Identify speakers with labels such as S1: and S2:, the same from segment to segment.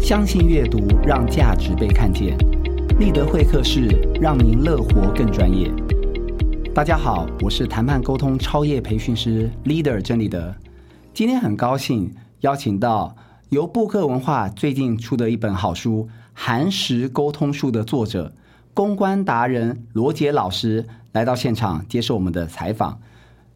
S1: 相信阅读，让价值被看见。立德会客室，让您乐活更专业。大家好，我是谈判沟通超业培训师 Leader 郑立德。今天很高兴邀请到由布克文化最近出的一本好书《韩食沟通术》的作者、公关达人罗杰老师来到现场接受我们的采访。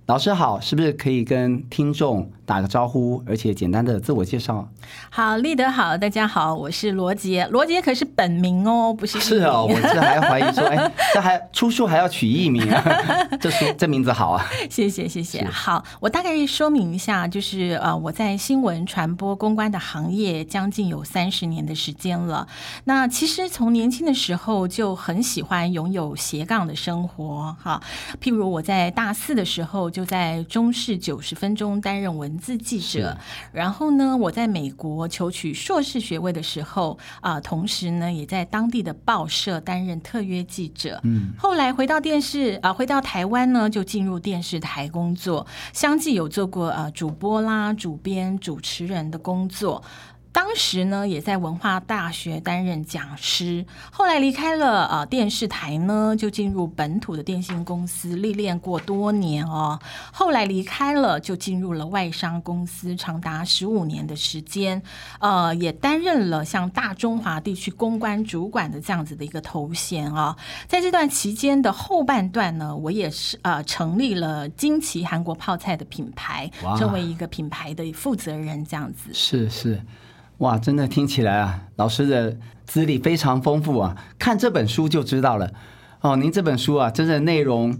S1: 老师好，是不是可以跟听众打个招呼，而且简单的自我介绍？
S2: 好，立德好，大家好，我是罗杰，罗杰可是本名哦，不是
S1: 是
S2: 艺 名
S1: 哦，我这还怀疑说，哎，这还出书还要取艺名啊？ 这书这名字好啊。
S2: 谢谢谢谢。好，我大概说明一下，就是呃，我在新闻传播公关的行业将近有三十年的时间了。那其实从年轻的时候就很喜欢拥有斜杠的生活哈，譬如我在大四的时候就在中视九十分钟担任文字记者，然后呢，我在美国求取硕士学位的时候啊、同时呢也在当地的报社担任特约记者。嗯，后来回到电视啊、回到台湾呢，就进入电视台工作，相继有做过呃主播啦、主编、主持人的工作。当时呢，也在文化大学担任讲师，后来离开了呃电视台呢，就进入本土的电信公司历练过多年哦。后来离开了，就进入了外商公司，长达十五年的时间，呃，也担任了像大中华地区公关主管的这样子的一个头衔啊、在这段期间的后半段呢，我也是呃成立了金旗韩国泡菜的品牌
S1: 哇，
S2: 成为一个品牌的负责人这样子。
S1: 是是，哇，真的听起来啊，老师的资历非常丰富啊，看这本书就知道了。哦，您这本书啊，真的内容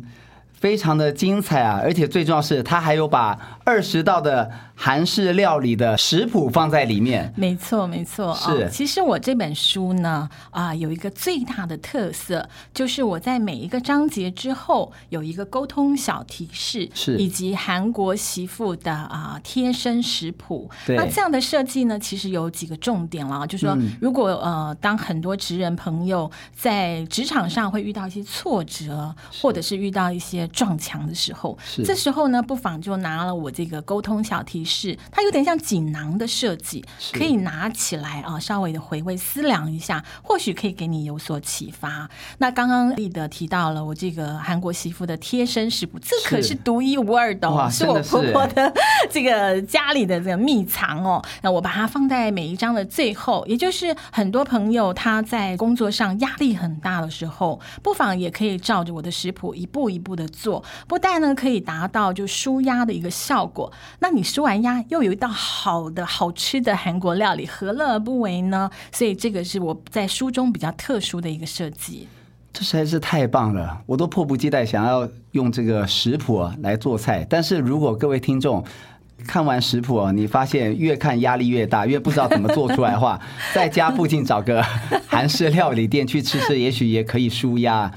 S1: 非常的精彩啊，而且最重要是，它还有把二十道的韩式料理的食谱放在里面。
S2: 没错，没错。
S1: 是
S2: 哦、其实我这本书呢，啊、有一个最大的特色，就是我在每一个章节之后有一个沟通小提示，
S1: 是
S2: 以及韩国媳妇的啊、贴身食谱。
S1: 对嗯
S2: 那这样的设计呢，其实有几个重点了，啊就是说，如果呃，当很多职人朋友在职场上会遇到一些挫折，或者是遇到一些撞墙的时候，
S1: 是
S2: 这时候呢，不妨就拿了我这个沟通小提示，它有点像锦囊的设计，
S1: 是
S2: 可以拿起来啊，稍微的回味思量一下，或许可以给你有所启发。那刚刚立德提到了我这个韩国媳妇的贴身食谱，这可
S1: 是
S2: 是独一无二的
S1: 哇
S2: 哦，我
S1: 真的是哎
S2: 婆婆的这个家里的这个秘藏哦。那我把它放在每一章的最后，也就是很多朋友他在工作上压力很大的时候，不妨也可以照着我的食谱一步一步的做，不但呢可以达到就舒压的一个效果，那你舒完压又有一道好的好吃的韩国料理，何乐而不为呢？所以这个是我在书中比较特殊的一个设计。
S1: 这实在是太棒了，我都迫不及待想要用这个食谱啊来做菜。但是如果各位听众看完食谱啊，你发现越看压力越大，越不知道怎么做出来的 话，在家附近找个韩式料理店去吃吃，也许也可以舒压。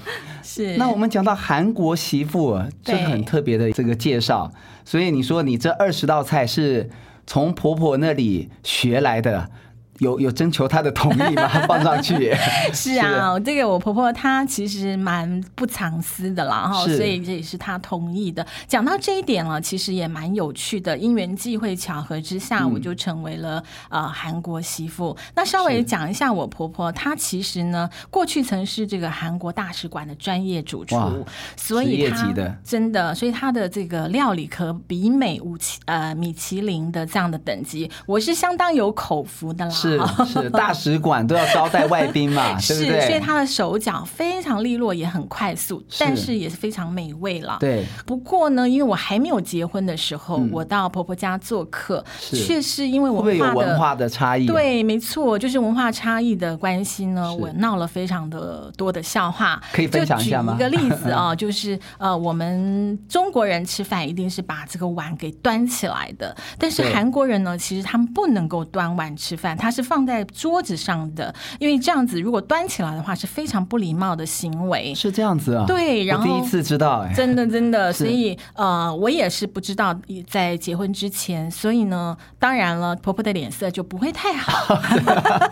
S2: 是
S1: 那我们讲到韩国媳妇啊，这个
S2: 对
S1: 很特别的这个介绍，所以你说你这二十道菜是从婆婆那里学来的，有有征求她的同意吗？放上去
S2: 是啊，这个我婆婆她其实蛮不藏私的啦，哈，
S1: 是
S2: 所以这也是她同意的。讲到这一点了，其实也蛮有趣的，因缘际会巧合之下，我就成为了呃韩国媳妇。那稍
S1: 嗯
S2: 微
S1: 是
S2: 讲一下我婆婆，她其实呢过去曾是这个韩国大使馆的专业主厨
S1: 哇，
S2: 所
S1: 职业
S2: 以她
S1: 级的
S2: 真的，所以她的这个料理可比美五七呃米其林的这样的等级，我是相当有口福的啦，
S1: 是是，大使馆都要招待外宾嘛，对不
S2: 是，所以
S1: 对？
S2: 他的手脚非常利落，也很快速，
S1: 是
S2: 但是也是非常美味了。
S1: 对，嗯
S2: 不过呢，因为我还没有结婚的时候，我到婆婆家做客，
S1: 是
S2: 却是因为
S1: 会
S2: 文
S1: 不会有
S2: 化的
S1: 文化的差异？，啊
S2: 对，没错，就是文化差异的关系呢，
S1: 是
S2: 我闹了非常的多的笑话，
S1: 可以分
S2: 就
S1: 享一下吗
S2: 举一个例子 啊、就是呃，我们中国人吃饭一定是把这个碗给端起来的，但是
S1: 对
S2: 韩国人呢，其实他们不能够端碗吃饭，他是放在桌子上的，因为这样子如果端起来的话是非常不礼貌的行为。
S1: 是这样子啊。
S2: 对
S1: 我
S2: 然后
S1: 第一次知道，哎，
S2: 真的真的，
S1: 是
S2: 所以呃，我也是不知道在结婚之前，所以呢，当然了，婆婆的脸色就不会太好，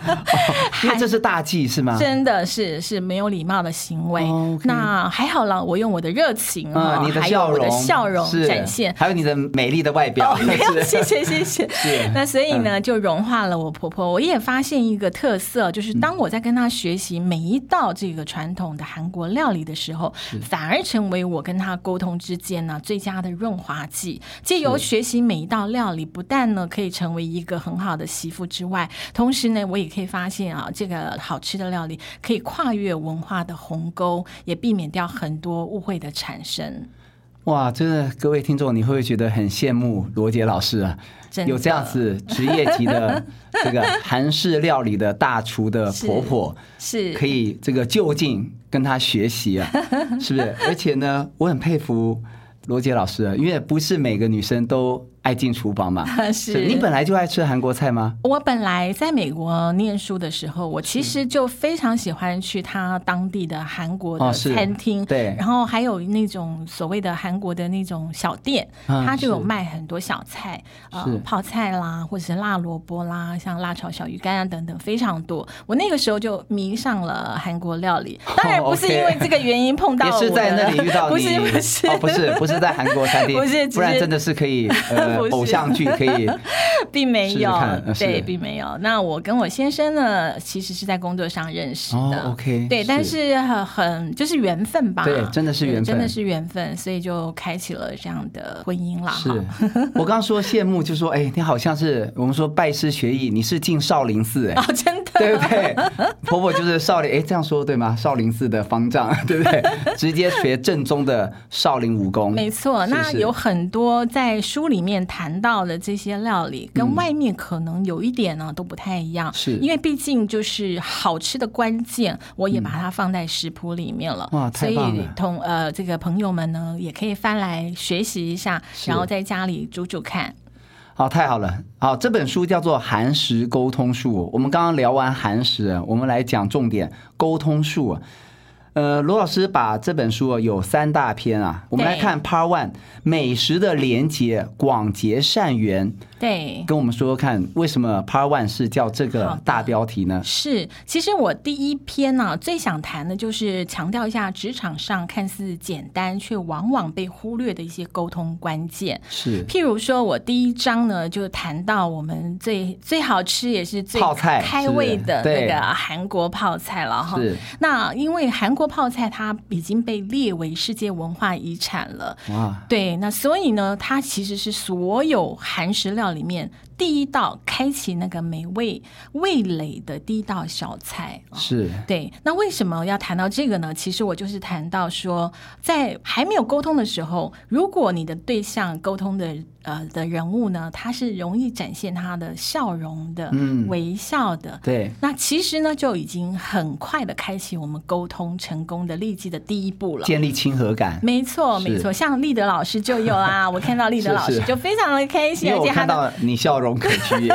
S1: 因为这是大忌是吗？
S2: 真的是是没有礼貌的行为。
S1: 哦，OK
S2: 那还好了，我用我的热情啊、
S1: 嗯，你的
S2: 还有
S1: 笑
S2: 我
S1: 容，
S2: 的笑容
S1: 是
S2: 展现。哦
S1: 还有你的美丽的外表，
S2: 没有，
S1: 是
S2: 谢谢谢谢
S1: 是。嗯
S2: 那所以呢，就融化了我婆婆我也发现一个特色，
S1: 嗯
S2: 就是当我在跟他学习每一道这个传统的韩国料理的时候，反而成为我跟他沟通之间呢最佳的润滑剂。借由学习每一道料理，不但呢可以成为一个很好的媳妇之外，同时呢我也可以发现啊，这个好吃的料理可以跨越文化的鸿沟，也避免掉很多误会的产生。
S1: 哇，真的，各位听众，你会不会觉得很羡慕罗杰老师啊？
S2: 真的
S1: 有这样子职业级的这个韩式料理的大厨的婆婆，
S2: 是
S1: 可以这个就近跟她学习啊，是不是？而且呢，我很佩服罗杰老师啊，因为不是每个女生都爱进厨房嘛。
S2: 是
S1: 你本来就爱吃韩国菜吗？
S2: 我本来在美国念书的时候，我其实就非常喜欢去他当地的韩国
S1: 哦
S2: 的
S1: 是
S2: 餐厅，
S1: 对
S2: 然后还有那种所谓的韩国的那种小店，
S1: 嗯
S2: 他就有
S1: 是
S2: 卖很多小菜，呃
S1: 是，
S2: 泡菜啦，或者是辣萝卜啦，像辣炒小鱼干啊等等，非常多。我那个时候就迷上了韩国料理，当然不是因为这个原因碰到
S1: 哦也
S2: 我的，
S1: 是在那里遇到你，
S2: 不是不是
S1: 哦，不是不是在韩国餐厅，
S2: 不是只是
S1: 然真的是可以呃
S2: 不是
S1: 偶像剧可 以
S2: 并没
S1: 试试
S2: 有
S1: 看呃，是
S2: 对，并没有。那我跟我先生呢，其实是在工作上认识
S1: 哦
S2: 的。
S1: ，OK，
S2: 对，但是很很就是缘分吧，
S1: 对真的是
S2: 对
S1: 缘分
S2: 真的是缘分，所以就开启了这样的婚姻啦。
S1: 是
S2: 哈
S1: 我刚说羡慕，就说哎，你好像是我们说拜师学艺，你是进少林寺哎。
S2: 啊，真的
S1: 对不对？婆婆就是少林，哎，这样说对吗？少林寺的方丈， 对不对？直接学正宗的少林武功，
S2: 没错。
S1: 嗯是
S2: 那
S1: 是
S2: 有很多在书里面谈到的这些料理，跟外面可能有一点呢都不太一样，
S1: 嗯是
S2: 因为毕竟就是好吃的关键，我也把它放在食谱里面了。
S1: 嗯哇太棒了
S2: 所以同呃这个朋友们呢，也可以翻来学习一下，
S1: 是
S2: 然后在家里煮煮看。
S1: 好，太好了。好，这本书叫做《韩食沟通术》。我们刚刚聊完韩食，我们来讲重点沟通术。呃，罗老师把这本书啊有三大篇啊，我们来
S2: 对
S1: 看 Part One 美食的连结，广结善缘，
S2: 对，
S1: 跟我们说说看为什么 Part One 是叫这
S2: 好
S1: 个
S2: 的
S1: 大标题呢？
S2: 是，其实我第一篇呢、最想谈的就是强调一下职场上看似简单却往往被忽略的一些沟通关键。
S1: 是
S2: 譬如说，我第一章呢就谈到我们最最好吃也是最
S1: 泡菜
S2: 开胃的
S1: 是
S2: 那
S1: 对
S2: 个韩国泡菜了哈。
S1: 是
S2: 那因为韩国泡菜它已经被列为世界文化遗产了，
S1: 哇，
S2: 对，那所以呢，它其实是所有韩食料里面第一道开启那个美味味蕾的第一道小菜。哦
S1: 是
S2: 对，那为什么要谈到这个呢？其实我就是谈到说，在还没有沟通的时候，如果你的对象沟通的呃的人物呢，他是容易展现他的笑容的、
S1: 嗯
S2: 微笑的。
S1: 对，
S2: 那其实呢，就已经很快的开启我们沟通成功的立即的第一步了。
S1: 建立亲和感。
S2: 没错，
S1: 是
S2: 没错，像立德老师就 有啊，我看到立德老
S1: 是
S2: 师
S1: 是
S2: 就非常的开心，
S1: 因为
S2: 而
S1: 我
S2: 且他
S1: 看
S2: 的
S1: 到你笑容可 掬，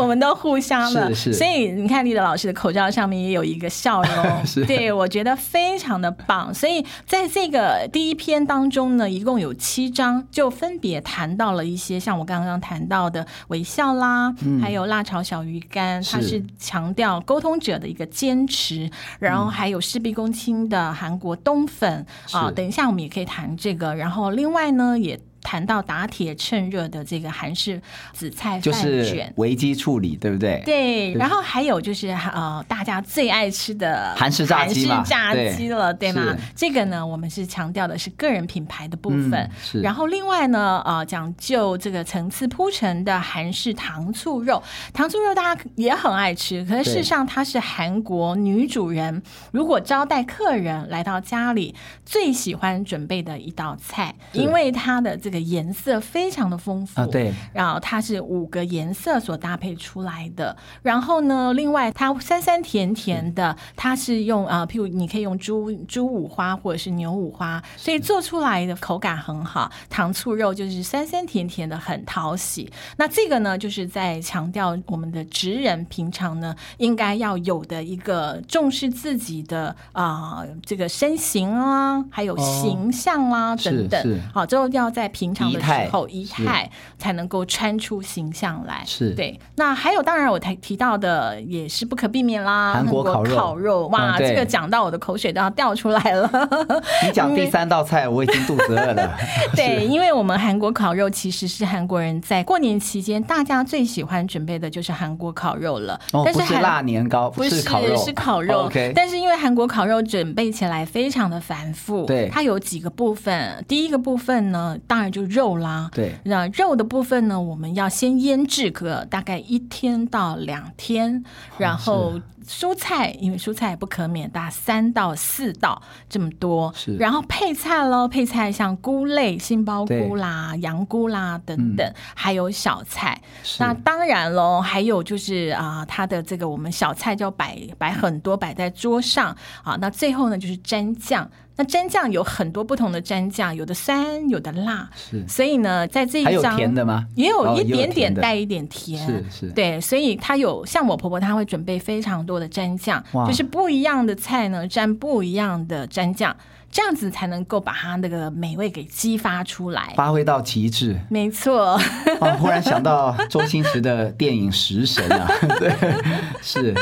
S2: 我们都互相了，
S1: 是是
S2: 所以你看，丽的老师的口罩上面也有一个笑
S1: 是
S2: 容，对我觉得非常的棒。所以在这个第一篇当中呢，一共有七章，就分别谈到了一些像我刚刚谈到的微笑啦，
S1: 嗯
S2: 还有辣炒小鱼干，它
S1: 是
S2: 是强调沟通者的一个坚持，然后还有事必躬亲的韩国冬粉啊、
S1: 嗯是
S2: 等一下我们也可以谈这个。然后另外呢，也。谈到打铁趁热的这个韩式紫菜
S1: 就
S2: 饭
S1: 是
S2: 卷，
S1: 危机处理，对不对？
S2: 对，
S1: 对
S2: 然后还有就是呃，大家最爱吃的
S1: 韩式炸鸡嘛
S2: 韩式炸鸡了，对吗
S1: 是？
S2: 这个呢，我们是强调的是个人品牌的部分。
S1: 嗯是
S2: 然后另外呢，呃，讲究这个层次铺陈的韩式糖醋肉，糖醋肉大家也很爱吃，可是事
S1: 对
S2: 实上它是韩国女主人如果招待客人来到家里最喜欢准备的一道菜，
S1: 是
S2: 因为它的这个颜色非常的丰富
S1: 啊，对，
S2: 然后它是五个颜色所搭配出来的。然后呢，另外它酸酸甜甜的，它是用啊、呃譬如你可以用猪猪五花或者是牛五花，所以做出来的口感很好。糖醋肉就是酸酸甜甜的，很讨喜。那这个呢，就是在强调我们的职人平常呢应该要有的一个重视自己的啊、呃这个身形啊，还有
S1: 哦
S2: 形象啊、
S1: 是
S2: 等等
S1: 是。
S2: 好，最后要在平常的
S1: 仪
S2: 时
S1: 态
S2: 候仪
S1: 是
S2: 态才能够穿出形象来。
S1: 是
S2: 对。那还有，当然我才提到的也是不可避免啦，
S1: 韩国
S2: 烤
S1: 烤肉
S2: 哇，
S1: 嗯对
S2: 这个讲到我的口水都要掉出来了。
S1: 你讲第三道菜，我已经肚子饿了。
S2: 对，因为我们韩国烤肉其实是韩国人在过年期间大家最喜欢准备的就是韩国烤肉了，
S1: 哦，
S2: 但
S1: 不是
S2: 韩
S1: 辣年糕，
S2: 不
S1: 是烤肉，哦
S2: 是烤肉
S1: OK，
S2: 但是因为韩国烤肉准备起来非常的繁复，
S1: 对
S2: 它有几个部分。第一个部分呢，当然就肉啦。
S1: 对，
S2: 那肉的部分呢，我们要先腌制个大概一天到两天，然后蔬菜，因为蔬菜不可免，大概三到四道这么多。
S1: 是
S2: 然后配菜喽，配菜像菇类、杏鲍菇
S1: 对嗯
S2: 啦、羊菇啦等等，还有小菜。
S1: 是
S2: 那当然喽，还有就是啊、它的这个我们小菜就要摆摆很多，摆在桌上啊。那最后呢，就是蘸酱。那蘸酱有很多不同的蘸酱，有的酸，有的辣，
S1: 是，
S2: 所以呢，在这一
S1: 还有
S2: 章
S1: 甜的吗？
S2: 也有
S1: 哦
S2: 一点点
S1: 甜的
S2: 带一点甜，
S1: 是是
S2: 对，所以它有像我婆婆，她会准备非常多的蘸酱，
S1: 哇
S2: 就是不一样的菜呢蘸不一样的蘸酱，这样子才能够把它那个美味给激发出来。
S1: 发挥到极致。
S2: 没错，
S1: 啊，忽然想到周星驰的电影《食神》啊，对，是。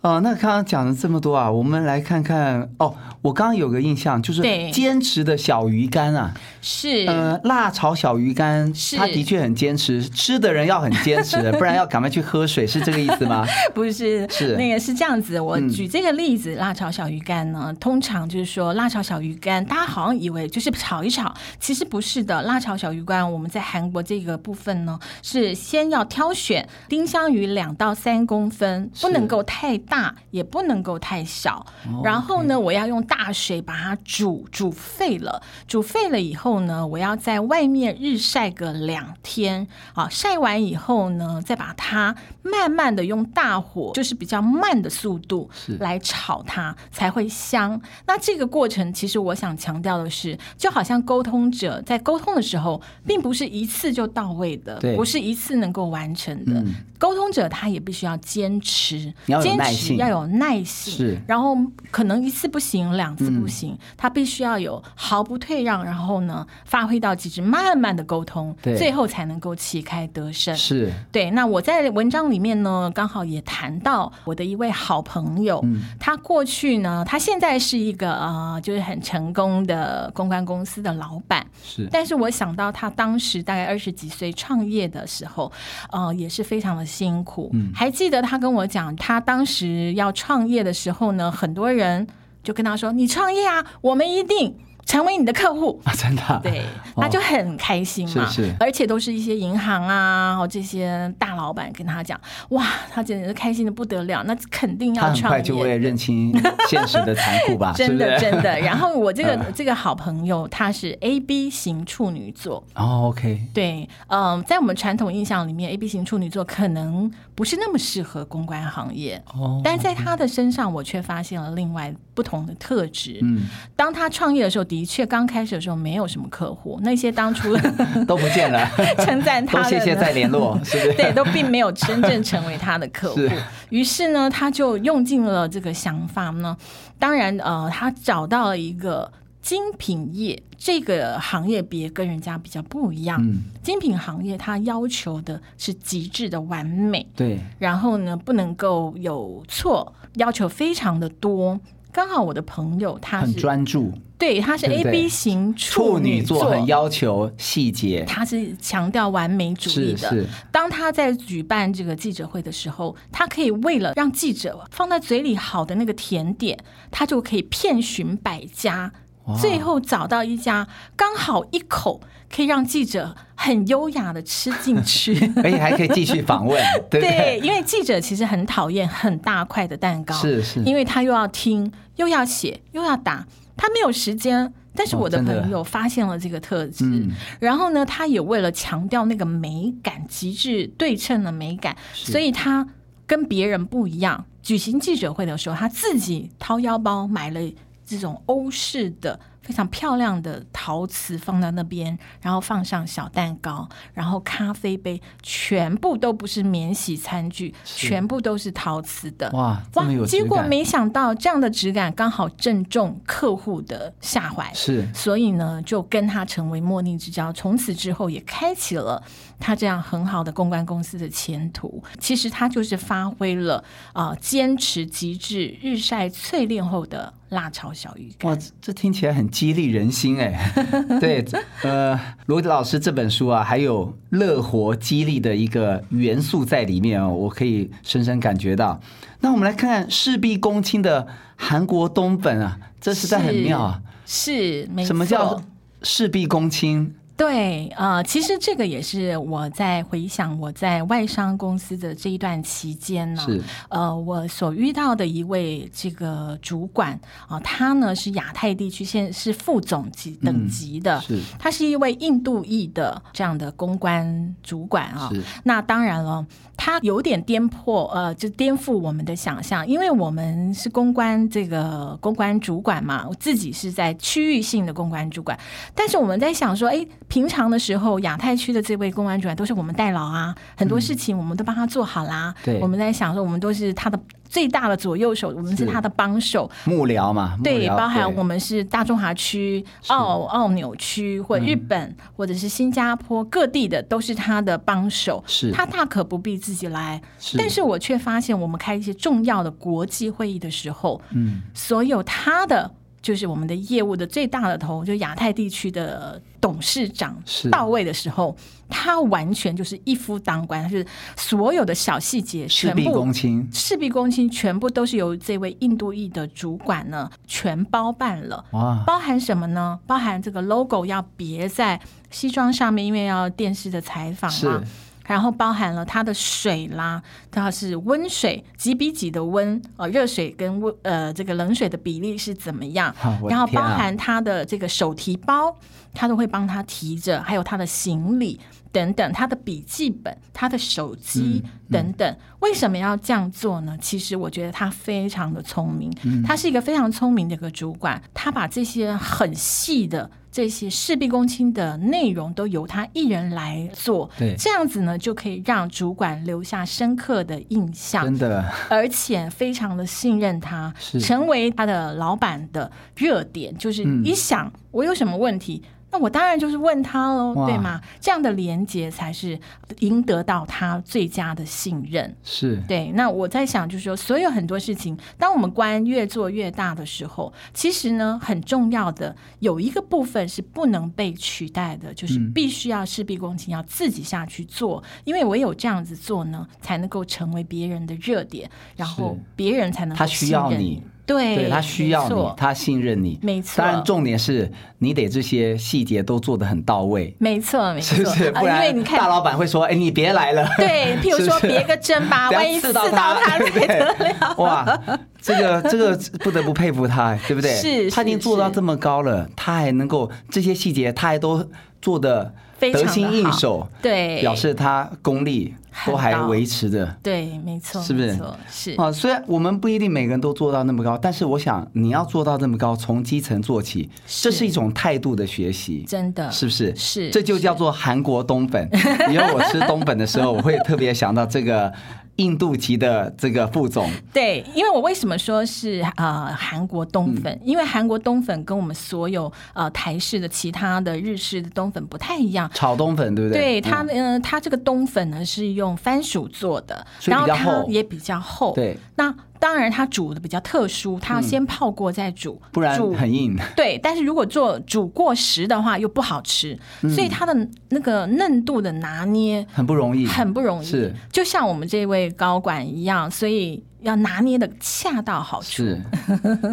S1: 哦，那刚刚讲了这么多啊，我们来看看哦。我刚刚有个印象，就是
S2: 对
S1: 坚持的小鱼干啊，
S2: 是。
S1: 呃，辣炒小鱼干
S2: 是，
S1: 它的确很坚持，吃的人要很坚持，不然要赶快去喝水，是这个意思吗？
S2: 不是，
S1: 是
S2: 那个是这样子。我
S1: 嗯
S2: 举这个例子，辣炒小鱼干呢，通常就是说辣炒小鱼干，大家好像以为就是炒一炒，其实不是的。辣炒小鱼干，我们在韩国这个部分呢，是先要挑选丁香鱼两到三公分，不
S1: 是
S2: 能够太大，也不能够太小。
S1: 哦
S2: 然后呢，我要用大水把它煮煮沸了，煮沸了以后呢，我要在外面日晒个两天啊，晒完以后呢，再把它慢慢的用大火，就是比较慢的速度
S1: 是
S2: 来炒它，才会香。那这个过程，其实我想强调的是，就好像沟通者在沟通的时候，并不是一次就到位的，
S1: 对
S2: 不是一次能够完成的。
S1: 嗯
S2: 沟通者他也必须要坚持，
S1: 你要有
S2: 坚
S1: 耐
S2: 持
S1: 性
S2: 要有耐性，
S1: 是
S2: 然后可能一次不行，两次不
S1: 嗯
S2: 行，他必须要有毫不退让，然后呢发挥到极致，慢慢的沟通，
S1: 对
S2: 最后才能够旗开得胜。
S1: 是，
S2: 对，那我在文章里面呢，刚好也谈到我的一位好朋友，
S1: 嗯
S2: 他过去呢，他现在是一个呃，就是很成功的公关公司的老板，
S1: 是，
S2: 但是我想到他当时大概二十几岁创业的时候，呃，也是非常的辛苦。
S1: 嗯
S2: 还记得他跟我讲，他当时要创业的时候呢，很多人就跟他说：“你创业啊，我们一定成为你的客户。”
S1: 啊，真的啊，
S2: 对，
S1: 哦
S2: 他就很开心嘛，
S1: 是是
S2: 而且都是一些银行啊，哦这些大老板跟他讲，哇，他简直是开心的不得了，那肯定
S1: 他
S2: 要
S1: 很
S2: 创
S1: 快
S2: 业，
S1: 就会认清现实的残酷吧，
S2: 真的
S1: 是嗯
S2: 真
S1: 不是？
S2: 的。然后我这个这个好朋友，他是 A B 型处女座，
S1: 哦，OK，
S2: 对，嗯、在我们传统印象里面，A B 型处女座可能不是那么适合公关行业，
S1: 哦，
S2: 但在他的身上，我却发现了另外不同的特质。
S1: 嗯，
S2: 当他创业的时候，的确刚开始的时候没有什么客户，那些当初
S1: 都不见了，
S2: 称赞他
S1: 都
S2: 的
S1: 谢谢
S2: 呢
S1: 再联络，是不是？
S2: 对，都并没有真正成为他的客户
S1: 是。
S2: 于是呢，他就用尽了这个想法呢。当然，呃，他找到了一个精品业这个行业别跟人家比较不一样。
S1: 嗯，
S2: 精品行业它要求的是极致的完美，
S1: 对，
S2: 然后呢不能够有错，要求非常的多。刚好我的朋友他
S1: 很
S2: 是
S1: 专注，
S2: 对，他是
S1: 对
S2: A
S1: 不对
S2: B 型
S1: 处女座
S2: 座，
S1: 很要求细节，
S2: 他是强调完美主义
S1: 是
S2: 的。
S1: 是，
S2: 当他在举办这个记者会的时候，他可以为了让记者放在嘴里好的那个甜点，他就可以遍寻百家，
S1: 哇
S2: 最后找到一家刚好一口可以让记者很优雅的吃进去。
S1: 而且还可以继续访 问， 对不
S2: 对
S1: 对？，
S2: 因为记者其实很讨厌很大块的蛋糕，
S1: 是是，
S2: 因为他又要听，又要写，又要打，他没有时间。但是
S1: 哦
S2: 我的
S1: 真的
S2: 朋友发现了这个特质，
S1: 嗯，
S2: 然后呢，他也为了强调那个美感，极致对称的美感，
S1: 是
S2: 所以他跟别人不一样。举行记者会的时候，他自己掏腰包买了这种欧式的非常漂亮的陶瓷放在那边，然后放上小蛋糕，然后咖啡杯，全部都不是免洗餐具，
S1: 是
S2: 全部都是陶瓷的。
S1: 哇，这么有质
S2: 结
S1: 感，
S2: 果没想到这样的质感刚好正中客户的下怀，
S1: 是
S2: 所以呢，就跟他成为莫逆之交。从此之后，也开启了他这样很好的公关公司的前途。其实他就是发挥了啊、呃坚持极致、日晒淬炼后的辣炒小鱼干。
S1: 哇，这这听起来很激励人心 哎。对，呃，罗德老师这本书啊，还有乐活激励的一个元素在里面哦，我可以深深感觉到。那我们来看看事必躬亲的韩国东本啊，这实在很妙啊。
S2: 是，没错。
S1: 什么叫事必躬亲？
S2: 对，呃，其实这个也是我在回想我在外商公司的这一段期间呢，
S1: 是
S2: 呃，我所遇到的一位这个主管啊、他呢是亚太地区现在是副总级等级的，
S1: 嗯是
S2: 他是一位印度裔的这样的公关主管啊、
S1: 是
S2: 那当然了，它有点颠破，呃，就颠覆我们的想象，因为我们是公关这个公关主管嘛，我自己是在区域性的公关主管，但是我们在想说，哎，平常的时候，亚太区的这位公关主管都是我们代劳啊，很多事情我们都帮他做好啦。
S1: 嗯对
S2: 我们在想说，我们都是他的最大的左右手，我们
S1: 是
S2: 是他的帮手，
S1: 幕僚嘛？幕
S2: 对，
S1: 僚
S2: 包含
S1: 对
S2: 我们是大中华区、澳澳纽区或日
S1: 嗯
S2: 本、或者是新加坡各地的，都是他的帮手。
S1: 是
S2: 他大可不必自己来，
S1: 是
S2: 但是我却发现，我们开一些重要的国际会议的时候，
S1: 嗯，
S2: 所有他的就是我们的业务的最大的头，就亚太地区的董事长
S1: 是
S2: 到位的时候，他完全就是一夫当关，就是所有的小细节
S1: 事
S2: 全
S1: 必
S2: 部
S1: 躬亲，
S2: 事必躬亲，全部都是由这位印度裔的主管呢全包办了。
S1: 哇，
S2: 包含什么呢？包含这个 logo 要别在西装上面，因为要电视的采访嘛
S1: 是。
S2: 然后包含了它的水啦，它是温水几比几的温，呃，热水跟温呃这个冷水的比例是怎么样？
S1: 啊我的
S2: 然后
S1: 天
S2: 包
S1: 啊
S2: 含他的这个手提包，他都会帮他提着，还有他的行李等等，他的笔记本、他的手
S1: 嗯
S2: 机等等。为什么要这样做呢？其实我觉得他非常的聪明，
S1: 嗯
S2: 他是一个非常聪明的一个主管，他把这些很细的。这些事必躬亲的内容都由他一人来做，
S1: 对
S2: 这样子呢就可以让主管留下深刻的印象。
S1: 真的
S2: 而且非常的信任他
S1: 是，
S2: 成为他的老板的热点，就是
S1: 嗯
S2: 一想、我有什么问题。那我当然就是问他喽，
S1: 哇
S2: 对吗？这样的连接才是赢得到他最佳的信任。
S1: 是
S2: 对，那我在想，就是说，所有很多事情，当我们官越做越大的时候，其实呢，很重要的有一个部分是不能被取代的，就是
S1: 嗯
S2: 必须要事必躬亲，要自己下去做，因为唯有这样子做呢，才能够成为别人的热点，然后
S1: 是
S2: 别人才能够
S1: 他需要
S2: 信任
S1: 你，
S2: 对
S1: 对他需要
S2: 没
S1: 你
S2: 错，
S1: 他信任你，
S2: 没错
S1: 当然，重点是你得这些细节都做得很到位，
S2: 没错，没错，
S1: 是不是？
S2: 啊
S1: 不
S2: 因为
S1: 然
S2: 你
S1: 大
S2: 看。
S1: 老板会说：“哎，你别来了。”
S2: 对，譬如
S1: 是不
S2: 说
S1: 是
S2: 别个针吧，
S1: 等下
S2: 万一
S1: 刺
S2: 刺
S1: 到他
S2: 到他
S1: 对
S2: 才
S1: 不对
S2: 得了。
S1: 哇，这个这个不得不佩服他，对不对？
S2: 是
S1: 他已经
S2: 是
S1: 做到
S2: 是
S1: 这么高了，他还能够这些细节，他还都做得
S2: 非常
S1: 得
S2: 地
S1: 心应
S2: 好
S1: 手，
S2: 对，
S1: 表示他功力
S2: 很
S1: 都还
S2: 高
S1: 维持着。
S2: 对，没错，
S1: 是不是
S2: 没错是
S1: 啊，虽然我们不一定每个人都做到那么高，但是我想你要做到那么高，从基层做起，这
S2: 是
S1: 是一种态度的学习，
S2: 真的，
S1: 是不是？
S2: 是
S1: 这就叫做韩国东 本。以后我吃东本的时候，我会特别想到这个印度籍的这个副总，
S2: 对，因为我为什么说是呃韩国冬
S1: 嗯
S2: 粉？因为韩国冬粉跟我们所有呃台式的其他的日式的冬粉不太一样。
S1: 炒东粉，对不对？
S2: 对它，嗯、呃，它这个冬粉呢是用番薯做的，
S1: 所以
S2: 然
S1: 比
S2: 后
S1: 较
S2: 它
S1: 厚
S2: 也比较厚。
S1: 对，嗯
S2: 那当然它煮的比较特殊，它要先泡过再煮，
S1: 不然
S2: 煮
S1: 很硬。
S2: 对，但是如果做煮过时的话又不好吃，
S1: 嗯
S2: 所以它的那个嫩度的拿捏
S1: 很不容易，
S2: 很不容易，
S1: 是
S2: 就像我们这位高管一样，所以要拿捏的恰到好处。
S1: 是，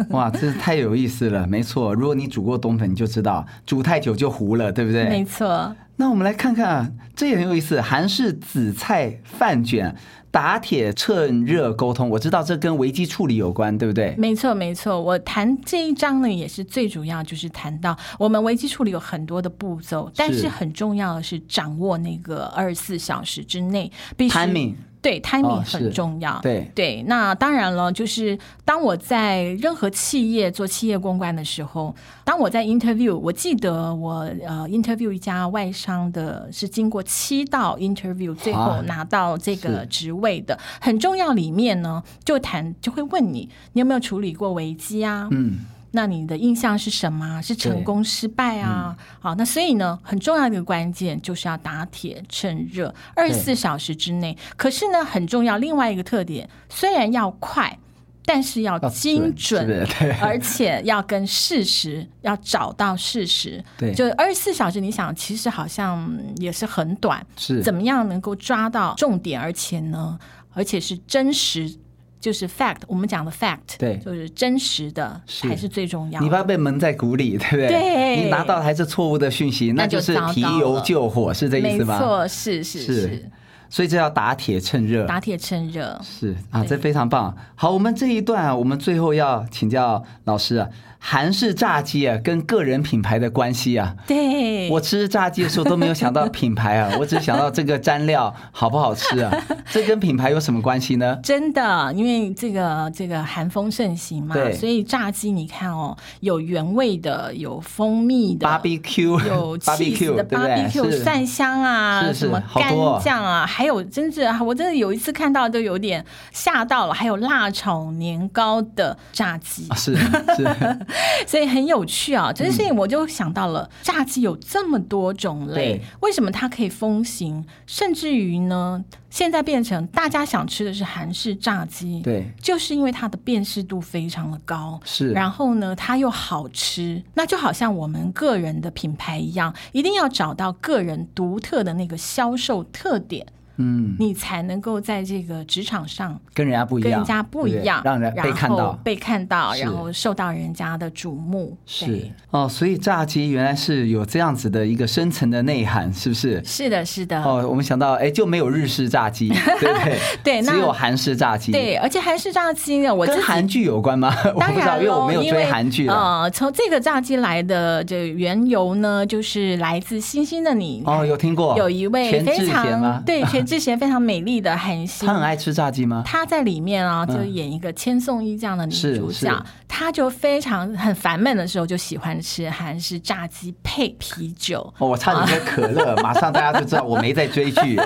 S1: 哇，这太有意思了，没错。如果你煮过冬粉，你就知道煮太久就糊了，对不对？
S2: 没错，
S1: 那我们来看看啊，这也很有意思，韩式紫菜饭卷。打铁趁热沟通，我知道这跟危机处理有关，对不对？
S2: 没错，没错。我谈这一章呢，也是最主要就是谈到我们危机处理有很多的步骤，但
S1: 是
S2: 是很重要的是掌握那个二十四小时之内必须啊
S1: timing
S2: 对
S1: 哦
S2: timing
S1: 是
S2: 很重要。
S1: 对，
S2: 对，那当然了，就是当我在任何企业做企业公关的时候，当我在 interview，我记得我呃 interview 一家外商的，是经过七道 interview，最
S1: 哇
S2: 后拿到这个
S1: 啊是
S2: 职位的，很重要。里面呢，就谈就会问你，你有没有处理过危机啊？
S1: 嗯，
S2: 那你的印象是什么？啊是成功、失败啊？
S1: 嗯
S2: 好，那所以呢，很重要的一个关键就是要打铁趁热，二十四小时之内。可是呢，很重要另外一个特点，虽然要快，但是要
S1: 要
S2: 精
S1: 准，
S2: 准，
S1: 啊哦是不 是？对，
S2: 而且要跟事实，要找到事实。
S1: 对
S2: 就二十四小时，你想，其实好像嗯也是很短，
S1: 是
S2: 怎么样能够抓到重点，而且呢，而且是真实，就是 fact，我们讲的 fact，
S1: 对
S2: 就是真实的
S1: 是
S2: 才是最重要
S1: 你
S2: 的。
S1: 不要被蒙在鼓里，对不对？
S2: 对
S1: 你拿到的还是错误的讯息，
S2: 那
S1: 就
S2: 就是糟糕
S1: 提油救火，是这意
S2: 没
S1: 思吗？
S2: 错，是是
S1: 是
S2: 是，
S1: 所以这要打铁趁热。
S2: 打铁趁热。
S1: 是啊，
S2: 对
S1: 这非常棒。好，我们这一段啊，我们最后要请教老师啊，韩式炸鸡啊跟个人品牌的关系啊。
S2: 对，
S1: 我吃炸鸡的时候都没有想到品牌啊，我只想到这个蘸料好不好吃啊，这跟品牌有什么关系呢？
S2: 真的，因为这个这个韩风盛行嘛
S1: 对，
S2: 所以炸鸡你看哦，有原味的，有蜂蜜的。
S1: barbecue
S2: 有 cheese
S1: barbecue
S2: 的
S1: 对不对？
S2: barbecue
S1: 是
S2: 蒜香啊，
S1: 是是
S2: 什么
S1: 好
S2: 干
S1: 多哦
S2: 酱啊，还有真是我真的有一次看到都有点吓到了，还有辣炒年糕的炸鸡
S1: 啊，嗯是是，
S2: 所以很有趣啊。这件事情我就想到了，炸鸡有这么多种类
S1: 对，
S2: 为什么它可以风行？甚至于呢，现在变成大家想吃的是韩式炸鸡，
S1: 对
S2: 就是因为它的辨识度非常的高，
S1: 是。
S2: 然后呢，它又好吃，那就好像我们个人的品牌一样，一定要找到个人独特的那个销售特点，
S1: 嗯，
S2: 你才能够在这个职场上
S1: 跟人家不一
S2: 跟
S1: 样，
S2: 人家不一样，
S1: 对让人被看
S2: 然
S1: 到
S2: 后。被看到，
S1: 是
S2: 然后受到人家的瞩目。
S1: 是
S2: 对
S1: 哦，所以炸鸡原来是有这样子的一个深层的内涵，是不是？
S2: 是的，是的，
S1: 哦，我们想到，哎，就没有日式炸鸡，对不对？
S2: 对那
S1: 只有韩式炸鸡。，
S2: 对，而且韩式炸鸡呢，我自
S1: 跟
S2: 己
S1: 韩剧有关吗？ 我
S2: 当
S1: 不知道，
S2: 然
S1: 因为我
S2: 咯
S1: 没有
S2: 因
S1: 追
S2: 为
S1: 韩剧了。
S2: 呃，从这个炸鸡来的这缘由呢，就是来自《星星的你》
S1: 哦，有听过，
S2: 有一位
S1: 全智
S2: 非
S1: 贤吗
S2: 常？对全智贤非常美丽的韩星
S1: 他，很爱吃炸鸡吗？
S2: 她在里面啊，
S1: 嗯
S2: 就演一个千颂伊这样的女
S1: 是
S2: 主
S1: 是
S2: 角，她就非常很烦闷的时候就喜欢吃韩式炸鸡配啤酒。
S1: 哦，我差点说可 乐，马上大家就知道我没在追剧。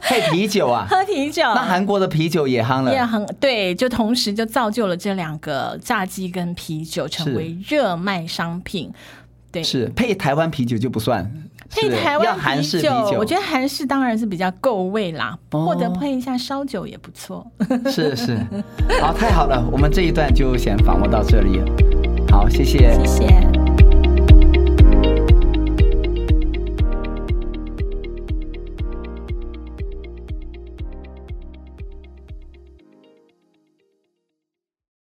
S1: 配啤酒啊，
S2: 喝啤酒，
S1: 那韩国的啤酒也夯
S2: 也
S1: 了，
S2: 很对，就同时就造就了这两个炸鸡跟啤酒成为热卖商品。对，
S1: 是配台湾啤酒就不算，
S2: 配
S1: 是
S2: 台
S1: 要
S2: 湾
S1: 韩式啤
S2: 我觉得韩式当然是比较够味啦，
S1: 哦
S2: 或者配一下烧酒也不 错。
S1: 是是，好，太好了，我们这一段就先访问到这里。好，谢谢。
S2: 谢谢。